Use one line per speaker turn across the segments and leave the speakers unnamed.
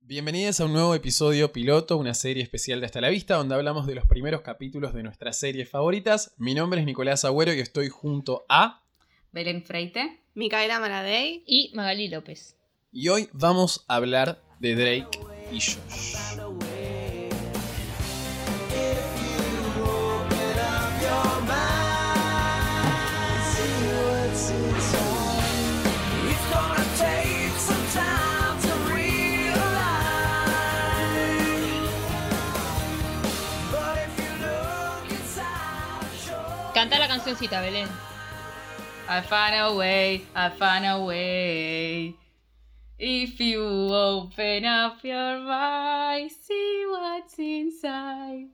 Bienvenidos a un nuevo episodio piloto, una serie especial de Hasta la Vista, donde hablamos de los primeros capítulos de nuestras series favoritas. Mi nombre es Nicolás Agüero y estoy junto a...
Belén Freite.
Micaela Maradei.
y Magali López.
Y hoy vamos a hablar de Drake y Josh.
Canta la cancioncita, Belén.
I found a way, I found a way. If you open up your eyes, see what's inside.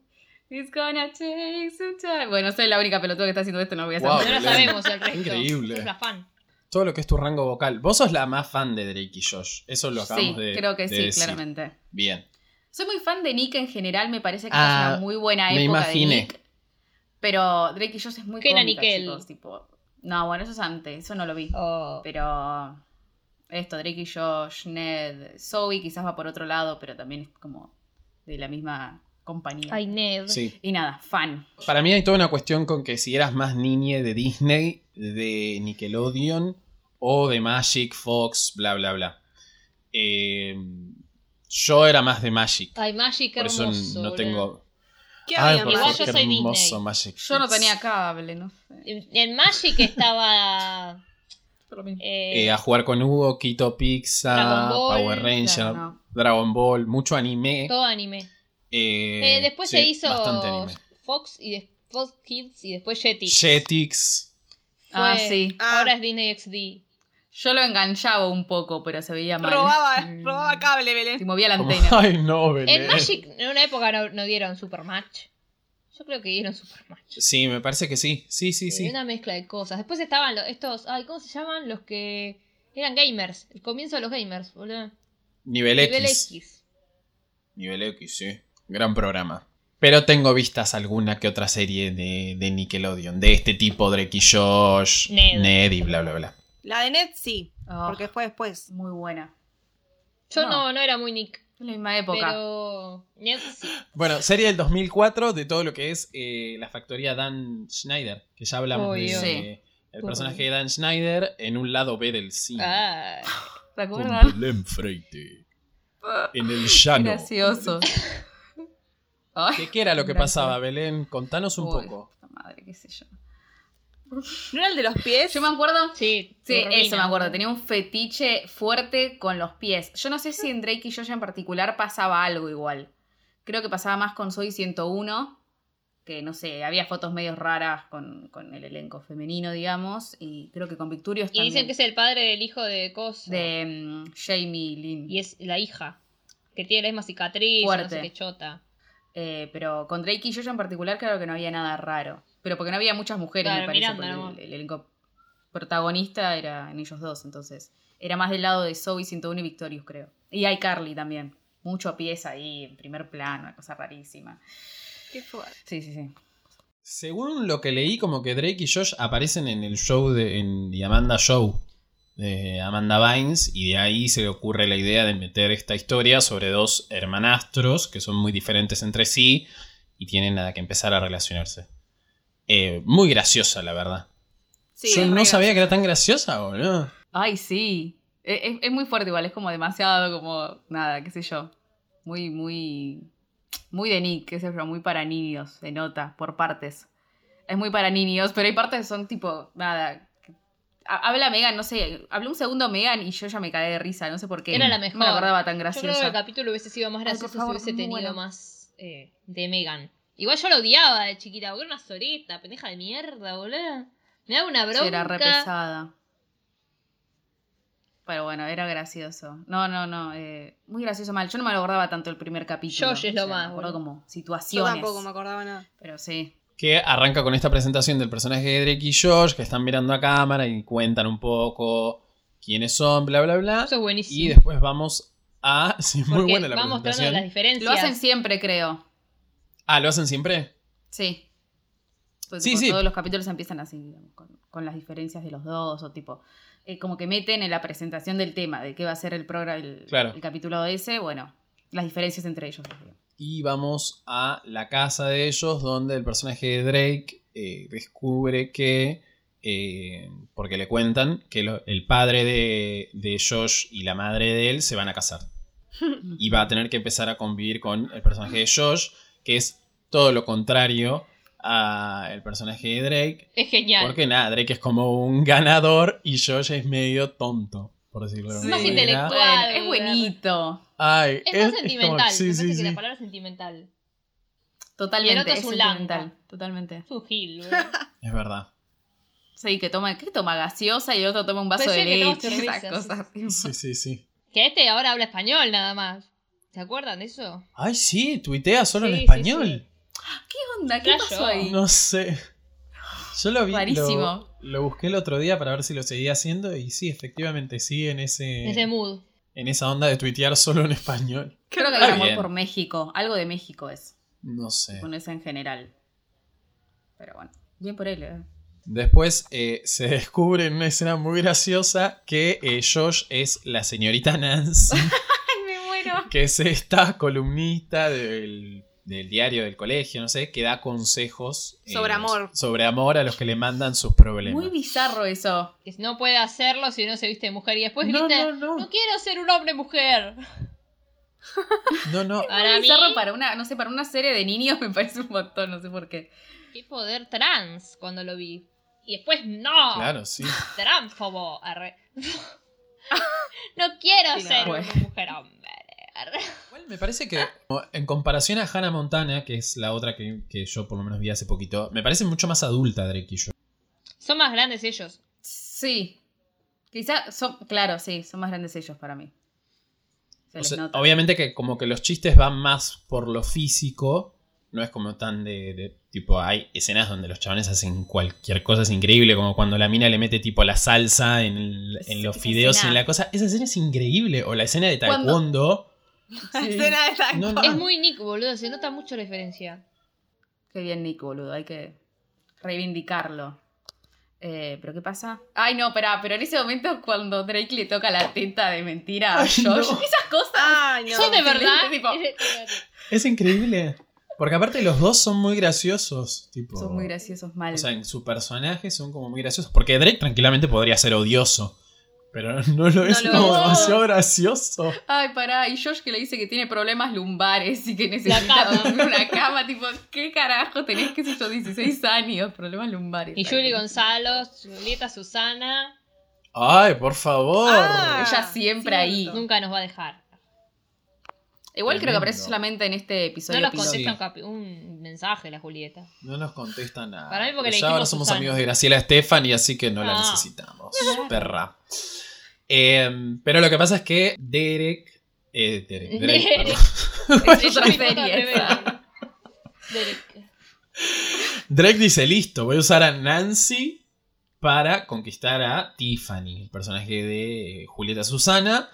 It's gonna take some time. Bueno, soy la única pelotuda que está haciendo esto, no voy a hacer
Wow,
más.
no lo
Ah, Belén.
sabemos el resto.
Increíble.
Es la fan.
Todo lo que es tu rango vocal. Vos sos la más fan de Drake y Josh. Eso lo
Sí,
acabamos de
creo que
de
sí,
decir.
claramente.
Bien.
Soy muy fan de Nick en general, me parece que
Ah,
es una muy buena
me
época
imaginé.
de Nick. Pero Drake y Josh es muy
Que era
cómica,
Nickel.
chicos, tipo. No, bueno, eso es antes, eso no lo vi.
Oh.
Pero esto, Drake y Josh, Ned, Zoe quizás va por otro lado, pero también es como de la misma compañía.
Ay, Ned.
Sí.
Y nada, fan.
Para mí hay toda una cuestión con que si eras más niñe de Disney, de Nickelodeon o de Magic, Fox, bla, bla, bla. Eh, yo era más de Magic.
Ay, Magic, qué
por eso
hermoso.
no
boludo.
tengo...
¿Qué
Ay,
había
Ah, por
Igual
favor,
más?
yo
qué
soy Disney.
hermoso Magic
Yo no
Kids.
tenía cable, no sé.
En en Magic estaba.
Por lo mismo.
eh,
Eh, a jugar con Hugo, Quito Pizza,
Dragon Ball,
Power Ranger,
claro, no.
Dragon Ball, mucho anime.
todo anime.
Eh,
Eh, después
sí,
se hizo
Bastante anime.
Fox y des- Fox Kids y después Jetix.
Jetix.
Fue-
Ah, sí.
Ahora es Disney XD.
Yo lo enganchaba un poco, pero se veía mal.
Robaba,
Mm.
robaba cable, Belén.
Y movía la
Como-
antena.
Ay, no, Belén.
En Magic en una época no, no dieron Supermatch. Yo creo que dieron Supermatch.
Sí, me parece que sí. Sí, sí, sí.
Era Eh, Una mezcla de cosas. Después estaban los- estos, ay, ¿cómo se llaman? Los que eran gamers. El comienzo de los gamers, boludo.
Nivel X.
Nivel X.
Nivel X, sí. Gran programa. Pero tengo vistas alguna que otra serie de, de Nickelodeon. De este tipo, Drake y Josh,
Ned.
Ned y bla, bla, bla.
La de Ned sí,
Oh,
porque fue después.
Muy buena.
Yo
No.
no, no, era muy Nick.
Es la misma época.
Pero. Ned sí.
Bueno, serie del 2004 de todo lo que es eh, la factoría Dan Schneider, que ya hablamos de, eh,
Obvio.
Sí.
el personaje de Dan Schneider en un lado B del cine.
Ah,
Ay.
¿Te
Con
acuerdas?
Belén Freite.
Ah,
En el
qué
llano.
Gracioso. Ay,
¿Qué, qué era lo que
Gracias.
pasaba, Belén? Contanos un
uy,
poco.
puta madre, qué sé yo.
¿No era el de los pies?
Yo me acuerdo
Sí,
Sí,
Turrina.
eso me acuerdo. Tenía un fetiche fuerte con los pies. Yo no sé si en Drake y Josh en particular pasaba algo igual. Creo que pasaba más con Soy 101, que no sé, había fotos medio raras con, con el elenco femenino, digamos, y creo que con Victorious
Y dicen
también.
que es el padre del hijo de Cos.
de mm, Jamie Lynn.
Y es la hija. Que tiene la misma cicatriz,
Fuerte.
no sé qué chota.
Eh, pero con Drake y Josh en particular creo que no había nada raro. Pero porque no había muchas mujeres,
Claro,
me parece,
Miranda,
porque el,
¿no?
el elenco protagonista era en ellos dos, entonces. Era más del lado de Zoe 101 y Victorious, creo. Y hay Carly también. Mucho pies ahí, en primer plano, una cosa rarísima.
Qué fuerte.
Sí, sí, sí.
Según lo que leí, como que Drake y Josh aparecen en el show de en The Amanda Show de Amanda Vines y de ahí se le ocurre la idea de meter esta historia sobre dos hermanastros que son muy diferentes entre sí y tienen nada que empezar a relacionarse. Eh, muy graciosa, la verdad.
Sí,
Yo
es
no
re
sabía que era tan graciosa, boludo.
Ay, sí. E- Es, es muy fuerte igual, es como demasiado, como nada, qué sé yo. Muy, muy. Muy de Nick, qué sé yo, muy para niños, se nota, por partes. Es muy para niños, pero hay partes que son tipo, nada. que- ha- Habla Megan, no sé, habló un segundo Megan y yo ya me caí de risa, no sé por qué.
Era la
No me
mejor.
la acordaba tan
Yo creo que el
graciosa.
capítulo hubiese sido más
Ay, por
gracioso
favor,
si
muy
hubiese tenido
bueno.
más eh, de Megan. Igual yo lo odiaba de chiquita, porque era una soreta, pendeja de mierda, boludo. Me daba una bronca.
Sí, era re pesada. Pero bueno, era gracioso. No, no, no. eh, muy gracioso mal. Yo no me lo acordaba tanto el primer capítulo.
Josh es lo más,
Me acuerdo
boludo.
como
Yo
situaciones.
tampoco me acordaba nada.
Pero sí.
Que arranca con esta presentación del personaje de Drake y Josh, que están mirando a cámara y cuentan un poco quiénes son, bla, bla, bla.
Eso es buenísimo.
Y después vamos a... Sí, muy
Porque
buena la
va mostrando
presentación.
las diferencias.
Lo hacen siempre, creo.
Ah, ¿lo hacen siempre?
Sí. Pues,
Sí,
tipo,
sí.
Todos los capítulos empiezan así, digamos, con, con las diferencias de los dos, o tipo, eh, como que meten en la presentación del tema, de qué va a ser el programa, el,
Claro.
el capítulo ese, bueno, las diferencias entre ellos.
y vamos a la casa de ellos donde el personaje de Drake eh, descubre que, eh, porque le cuentan que lo- el padre de, de Josh y la madre de él se van a casar. Y va a tener que empezar a convivir con el personaje de Josh, que es todo lo contrario al personaje de Drake.
Es genial.
Porque nada, Drake es como un ganador y Josh es medio tonto, por decirlo de
Sí.
alguna
Más
manera.
intelectual.
Bueno, es buenito.
Ay,
es más
como-
sentimental.
sí,
me
sí,
parece que
sí.
la palabra es sentimental.
Totalmente.
Y el otro es un
sentimental,
langa.
Totalmente.
Es un gil, boludo.
Es verdad.
Sí, que toma, ¿qué toma? Gaseosa y el otro toma un vaso
Pues sí,
de
que tomas
leche. Esas
cerveza,
cosas.
Sí, sí, sí.
Que este ahora habla español nada más. ¿Se acuerdan de eso?
Ay, sí, tuitea solo en
Sí, sí,
español.
sí.
¿Qué onda? ¿Qué
Flasho.
pasó ahí?
No sé. Yo lo vi. lo-
Rarísimo.
Lo, busqué el otro día para ver si lo seguía haciendo y sí, efectivamente sigue en ese,
Ese mood.
en esa onda de tuitear solo en español.
Creo que hay
Está
un amor
bien.
por México. Algo de México es.
No sé.
Con eso en general. Pero bueno, bien por él. ¿eh?
Después eh, se descubre en una escena muy graciosa que eh, Josh es la señorita Nancy,
Ay, me muero.
que es esta columnista del, del diario del colegio, no sé, que da consejos eh,
Sobre amor.
sobre amor a los que le mandan sus problemas.
Muy bizarro eso.
Que no puede hacerlo si no se viste de mujer. Y después
no,
grita,
no,
no,
no,
quiero ser un hombre mujer.
no, no.
Para
Muy
mí,
bizarro para una, no sé, para una serie de niños me parece un montón, no sé por qué.
qué poder trans cuando lo vi. Y después, no,
Claro, sí.
transfobo. Arre. no quiero
Sí, no.
ser
Bueno.
una mujer hombre. Arre.
Igual me parece que como, en comparación a Hannah Montana, que es la otra que, que yo por lo menos vi hace poquito, me parece mucho más adulta Drake y yo.
Son más grandes ellos.
Sí. Quizá son, claro, sí, son más grandes ellos para mí. Se
O
les
sea,
nota.
obviamente que como que los chistes van más por lo físico, no es como tan de, de- tipo hay escenas donde los chavales hacen cualquier cosa, es increíble, como cuando la mina le mete tipo la salsa en, el- en
Esa-
los
esa
fideos y en
escena.
la cosa, esa escena es increíble, o la escena de
Cuando-
taekwondo. oh,
Sí.
Escena de esa
No, no.
Es muy Nick, boludo. Se nota mucho la diferencia.
Qué bien, Nico, boludo. Hay que reivindicarlo. Eh, ¿Pero qué pasa? Ay, no, pero, pero en ese momento cuando Drake le toca la teta de mentira a
Ay,
Josh,
no.
esas cosas.
Ay, no.
Son de verdad.
tipo-
Es increíble. Porque aparte los dos son muy graciosos. Tipo,
Son muy graciosos, mal.
Oh. O sea, en su personaje son como muy graciosos. Porque Drake tranquilamente podría ser odioso. Pero no lo es
lo
como
es.
demasiado gracioso.
Ay, pará. Y Josh que le dice que tiene problemas lumbares y que
La
necesita
cama.
dormir en una cama. Tipo, ¿qué carajo tenés, qué sé yo, 16 años? Problemas lumbares.
Y
Ay,
Julie
no.
Gonzalo, Julieta Susana,
Ay, por favor.
Ah,
Ella siempre ahí.
nunca nos va a dejar.
Igual creo que
Tremendo.
aparece solamente en este episodio.
no nos
piloto.
Sí.
contesta un capi- un mensaje la Julieta.
No nos contesta nada.
Para mí porque
Pero
le
ya ahora
dijimos
somos
Susana.
amigos de Graciela Estefani, así que no la
Ah.
necesitamos.
Claro.
Perra. Eh, pero lo que pasa es que Derek. eh, Derek, Drake,
Derek.
perdón.
Es
Yo
otra
mi foto al
serie.
revés.
esa.
Derek.
Drake dice, listo, voy a usar a Nancy para conquistar a Tiffany, el personaje de eh, Julieta Susana,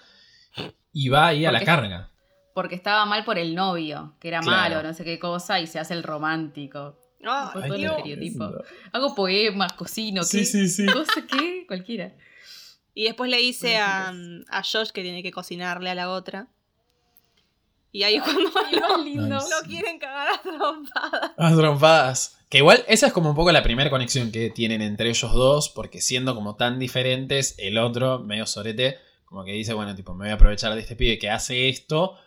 y va ahí a la
Porque-
carga.
Porque estaba mal por el novio, que era
Claro.
malo, no sé qué cosa, y se hace el romántico.
No,
Ay,
Dios.
todo el estereotipo. Hago poemas, cocino, ¿qué?
Sí, sí, sí.
Cosa que cualquiera.
Y después le dice a,
Pobrecito.
a Josh que tiene que cocinarle a la otra. Y ahí es cuando
más
lindo.
lindo.
Ay,
lo
sí.
quieren cagar a trompadas.
Las trompadas. Que igual esa es como un poco la primera conexión que tienen entre ellos dos, porque siendo como tan diferentes, el otro, medio sorete, como que dice, bueno, tipo, me voy a aprovechar de este pibe que hace esto,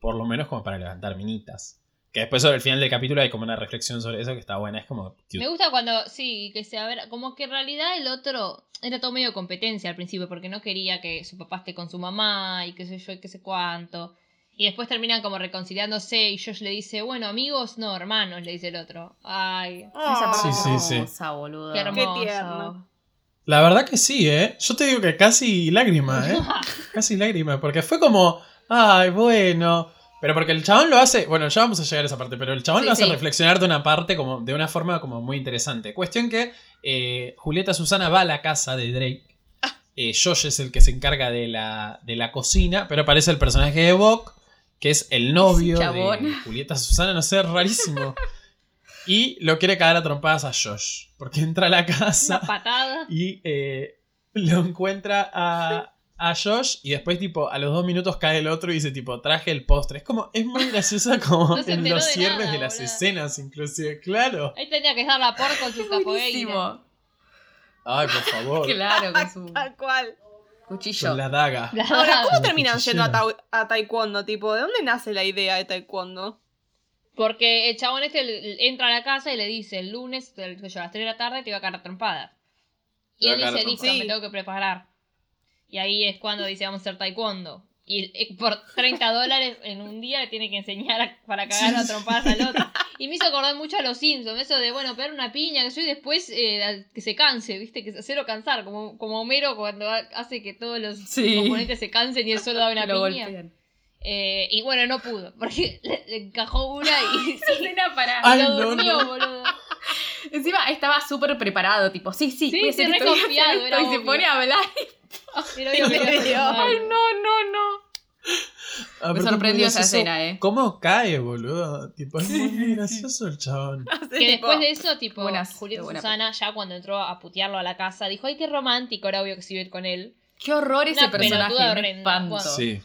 por lo menos como para levantar minitas. Que después sobre el final del capítulo hay como una reflexión sobre eso que está buena, es como... cute.
Me gusta cuando, sí, que se a ver, como que en realidad el otro era todo medio competencia al principio, porque no quería que su papá esté con su mamá y qué sé yo y qué sé cuánto. Y después terminan como reconciliándose y Josh le dice, bueno, amigos, no, hermanos, le dice el otro. Ay,
Esa parte
Sí, sí,
es
sí.
hermosa, boludo.
qué hermoso.
tierno.
La verdad que sí, ¿eh? Yo te digo que casi lágrima, ¿eh? Casi lágrima, porque fue como, ay, bueno. Pero porque el chabón lo hace, bueno, ya vamos a llegar a esa parte, pero el chabón
Sí,
lo hace
sí.
reflexionar de una parte, como, de una forma como muy interesante. Cuestión que eh, Julieta Susana va a la casa de Drake.
Ah.
Eh, Josh es el que se encarga de la, de la cocina, pero aparece el personaje de Bok, que es el novio de
chabón.
Julieta Susana, no sé, es rarísimo. Y lo quiere cagar a trompadas a Josh, porque entra a la casa
Una patada.
y eh, lo encuentra a, a Josh y después, tipo, a los dos minutos cae el otro y dice, tipo, traje el postre. Es como, es muy graciosa como
No se
en
enteró
los
de
cierres
nada,
de las
boluda.
escenas, inclusive, claro.
Ahí tenía que estar la por con su capoeira.
Buenísimo.
Ay, por favor.
Claro, con su
Tal cual.
cuchillo.
Con la daga.
La-
Ahora, ¿cómo
Con
terminan
cuchillo.
yendo a, tau- a taekwondo? Tipo, ¿de dónde nace la idea de taekwondo?
Porque el chabón este le- entra a la casa y le dice, el lunes, te- qué sé yo, a las 3 de la tarde te iba a caer trompada.
Te
Y
va
él
a cagar
dice,
a
listo,
trompadas.
me tengo que preparar. Y ahí es cuando dice, vamos a hacer taekwondo. Y el- eh, por 30 dólares en un día le tiene que enseñar a- para cagar a trompadas al otro. Y me hizo acordar mucho a los Simpsons, eso de, bueno, pegar una piña, que yo y después eh, que se canse, ¿viste? Que cero cansar, como, como Homero cuando ha- hace que todos los
Sí.
componentes se cansen y él solo da una
lo
piña.
golpean.
Eh, y bueno, no pudo, porque le, le encajó una y sí,
Escena para-
Ay,
lo
no,
durmió,
no.
boludo.
Encima estaba súper preparado, tipo, sí, sí,
Sí,
voy a
sí,
hacer
re
esto, voy a
confiado,
hacer
era
esto, Y se
obvio.
pone a hablar.
Pero obvio que
Me
lo hizo
dio.
mal.
Ay, no, no,
Ah,
no.
Aparte,
Me sorprendió
es
esa
eso,
escena, eh.
¿Cómo cae, boludo? Tipo, es
Sí, sí,
muy
sí.
gracioso el chabón.
Hace
Que
tipo-
después de eso, tipo,
Buenas,
Julieta
qué buena
Susana, ya cuando entró a putearlo a la casa, dijo, ay, qué romántico, era obvio que se iba a ir con él.
Qué horror ese
Una
personaje,
pelotuda
un
horrenda,
espanto.
Juan.
Sí.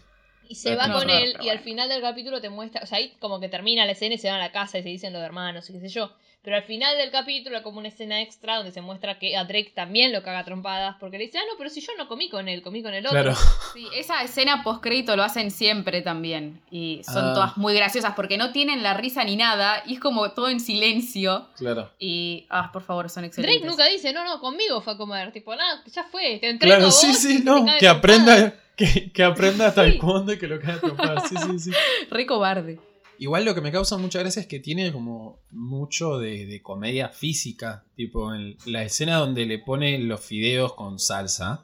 Y se
Pero
va
no,
con
no,
él
pero
y al
bueno.
final del capítulo te muestra, o sea, ahí como que termina la escena y se van a la casa y se dicen lo de hermanos y qué sé yo. Pero al final del capítulo hay como una escena extra donde se muestra que a Drake también lo caga a trompadas porque le dice, ah, no, pero si yo no comí con él, comí con el otro.
Claro.
Sí, esa escena postcrédito lo hacen siempre también. Y son
Ah.
todas muy graciosas porque no tienen la risa ni nada. Y es como todo en silencio.
Claro.
Y, ah, por favor, son excelentes.
Drake nunca dice, no, no, conmigo fue a comer. Tipo, nada, ya fue, te entrego a
Claro,
vos
sí,
y
sí,
te
no.
cae
Que
trompada.
aprenda, que, que aprenda hasta
Sí.
el cuándo y que lo caiga a trompadas. Sí, sí, sí.
Re cobarde.
Igual lo que me causa mucha gracia es que tiene como mucho de, de comedia física. Tipo, en la escena donde le pone los fideos con salsa.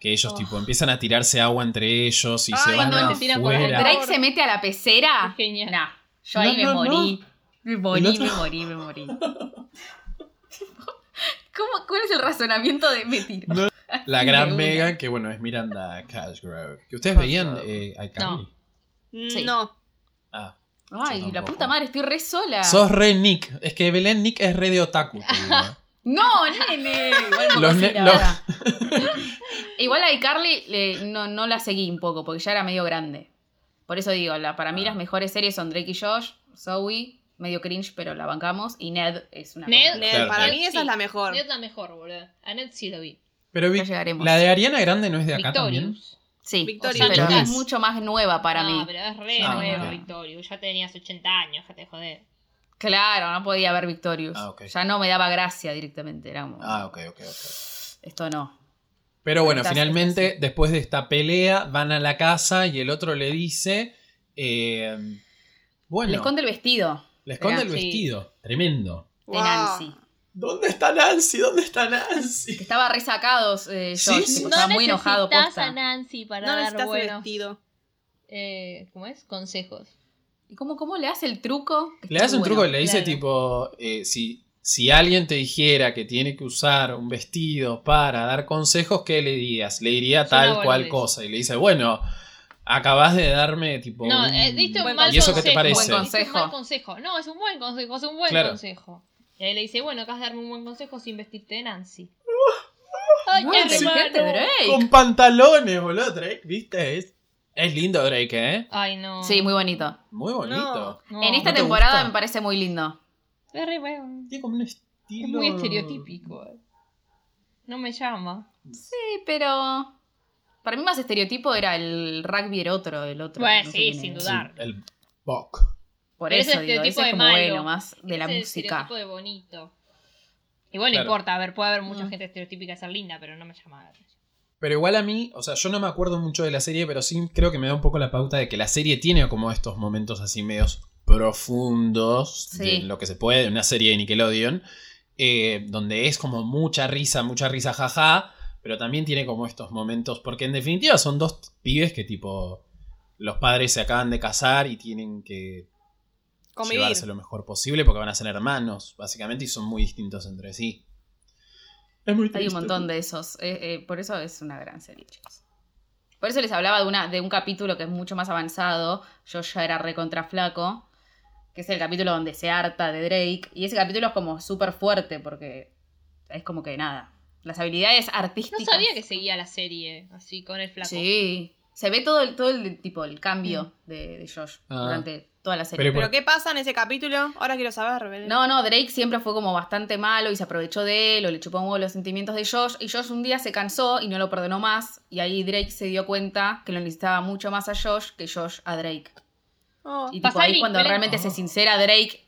Que ellos,
Oh.
tipo, empiezan a tirarse agua entre ellos y se
Ay,
van
no,
a
le tira por
afuera.
detrás.
Drake se mete a la pecera.
Genial.
Nah, yo
No,
ahí me,
no,
morí. me morí.
El otro-
Me morí, me morí, ¿Cómo, ¿Cuál es el razonamiento de mentir?
No, La
De
gran
una.
Megan, que bueno, es Miranda Cashgrove. Que ustedes veían
Cosgrove.
eh, a Carly.
Sí.
"Mm, No.
Ah.
Ay,
Yo
la
tampoco.
puta madre, estoy re sola.
Ah.
Sos re Nick. Es que Belén Nick es re de otaku. te digo, ¿eh?
No, nene. Igual, me
Los
conocí,
ne-
la
los-
verdad. Igual a iCarly le- no, no la seguí un poco porque ya era medio grande. Por eso digo, la, para mí
Ah.
las mejores series son Drake y Josh, Zoe, medio cringe, pero la bancamos, y Ned es una.
Ned,
cosa
Ned,
loca.
Claro.
para
Ned
mí
sí.
esa es la mejor.
Ned la mejor, boludo. A Ned sí lo vi.
Pero vi-
Ya llegaremos.
la de Ariana Grande no es de acá también.
Victorious.
Sí,
Victorious.
pero
Victorious.
es mucho más nueva para
Ah,
mí.
pero es re
Ah,
nuevo
ok.
Victorious. Ya tenías 80 años, déjate de joder.
Claro, no podía ver Victorious.
Ah, ok.
Ya no me daba gracia directamente. Era como,
Ah, ok, ok, ok.
Esto no.
Pero bueno,
Estás-
finalmente,
estás
después de esta pelea, van a la casa y el otro le dice. eh, bueno,
Le esconde el vestido
el
Ah, Sí.
vestido. Tremendo.
de
Wow.
Nancy.
¿Dónde está Nancy? ¿Dónde está Nancy?
Que estaba resacado, eh,
Sí,
Josh.
sí.
tipo, estaba muy enojado.
necesitas
posta.
a Nancy para
No
dar
necesitas el
buenos,
vestido.
eh, ¿cómo es? Consejos.
¿Y cómo, cómo le hace el truco? Que
Le
está
hace
muy
un truco,
bueno.
le dice
claro.
tipo, eh, si, si alguien te dijera que tiene que usar un vestido para dar consejos, ¿qué le dirías? Le diría
Es
tal
una
cual
boludez.
cosa. Y le dice, bueno, acabas de darme tipo...
No,
un-
eh, diste un
Buen
mal
¿Y eso
consejo.
qué te parece?
Buen consejo.
Diste un mal consejo. No, es un buen consejo, es un buen
Claro.
consejo. Y ahí le dice, bueno, acá de darme un buen consejo sin vestirte de Nancy. Ay,
Muy
qué
inteligente, ¿eh?
hermano.
Drake.
Con pantalones, boludo, Drake, ¿viste? Es, es lindo Drake, ¿eh?
Ay, no.
Sí, muy bonito.
Muy bonito.
No.
No,
en esta
¿no te
temporada
gusta?
me parece muy lindo.
es re bueno.
Tiene como un
Es
estilo.
muy estereotípico. eh. No me llama.
Sí, pero. Para mí más estereotipo era el rugby el otro, el otro.
Bueno,
no sé
sí,
quién
sin
es.
Sí,
dudar.
el Bok.
Por
Pero
eso
ese
digo, ese
estereotipo
es
de
como
malo.
bueno, más de la
Ese
música.
estereotipo de bonito. Y bueno,
Claro.
importa, a ver, puede haber mucha
Mm.
gente estereotípica y ser linda, pero no me llama la atención.
Pero igual a mí, o sea, yo no me acuerdo mucho de la serie, pero sí creo que me da un poco la pauta de que la serie tiene como estos momentos así medios profundos
Sí.
de lo que se puede, de una serie de Nickelodeon, eh, donde es como mucha risa, mucha risa, jaja, pero también tiene como estos momentos, porque en definitiva son dos pibes que tipo, los padres se acaban de casar y tienen que
Convivir.
llevarse lo mejor posible porque van a ser hermanos, básicamente, y son muy distintos entre sí. Es muy
Hay un montón de esos. eh, eh, por eso es una gran serie, chicos. Por eso les hablaba de, una, de un capítulo que es mucho más avanzado. Yo ya era recontra flaco. Que es el capítulo donde se harta de Drake. Y ese capítulo es como súper fuerte porque es como que nada. Las habilidades
No
artísticas.
sabía que seguía la serie así con el flaco.
Sí. Se ve todo el, todo el tipo, el cambio
Mm.
de, de Josh
Ah.
durante toda la
Pero
serie.
¿Pero qué pasa en ese capítulo? Ahora quiero saber. Belén.
No, no, Drake siempre fue como bastante malo y se aprovechó de él o le chupó un huevo los sentimientos de Josh. Y Josh un día se cansó y no lo perdonó más. Y ahí Drake se dio cuenta que lo necesitaba mucho más a Josh que Josh a Drake.
Oh.
Y tipo,
Pasá el
ahí
link,
cuando
Belén.
realmente se sincera Drake.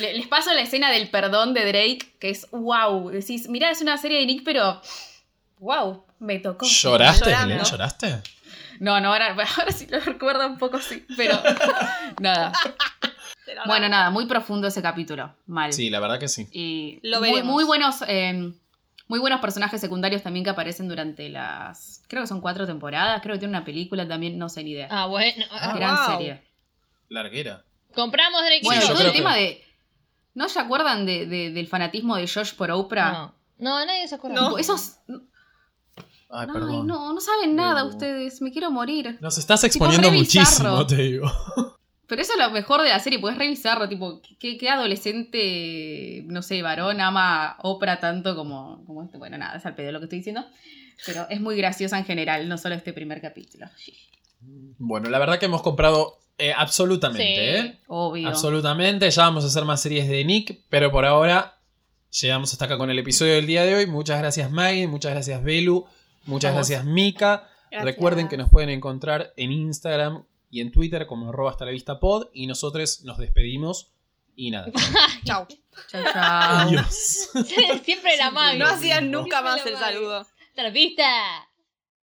le- les paso la escena del perdón de Drake, que es wow. Decís, mirá, es una serie de Nick, pero wow, me tocó.
¿Lloraste,
Llorando.
Belén? ¿Lloraste?
No, no, ahora, ahora sí lo recuerdo un poco, sí, pero nada.
Te la
Bueno,
damos.
nada, muy profundo ese capítulo. Mal.
Sí, la verdad que sí.
Y
Lo
muy,
veremos.
muy buenos eh, muy buenos personajes secundarios también que aparecen durante las. Creo que son cuatro temporadas, creo que tiene una película también, no sé ni idea.
Ah, bueno.
Ah.
Gran
wow.
serie.
Larguera.
Compramos Drake y
Bueno,
yo
Josh.
todo
creo
el
que-
tema de. ¿No se acuerdan de- de- del fanatismo de Josh por Oprah?
No. no, nadie se acuerda.
No.
Tipo, Esos.
Ay,
Ay,
perdón.
no, no saben nada
Digo.
ustedes, me quiero morir.
Nos estás
Tipo,
exponiendo
re
muchísimo,
bizarro.
te digo.
Pero eso es lo mejor de la serie, puedes revisarlo, tipo, ¿qué, qué adolescente, no sé, varón ama a Oprah tanto como, como este? Bueno, nada, es al pedo lo que estoy diciendo. Pero es muy graciosa en general, no solo este primer capítulo.
Bueno, la verdad que hemos comprado eh, absolutamente,
Sí.
¿eh?
Obvio.
Absolutamente, ya vamos a hacer más series de Nick, pero por ahora llegamos hasta acá con el episodio del día de hoy. Muchas gracias Maggie, muchas gracias Belu, muchas
Vamos.
gracias Mika.
Gracias.
Recuerden que nos pueden encontrar en Instagram y en Twitter como arroba hasta la vista pod y nosotros nos despedimos y nada.
Chau.
Chao, chao.
Adiós.
Siempre la magia.
No hacían nunca
Siempre
más
la
el
Mavi.
saludo.
Hasta la vista.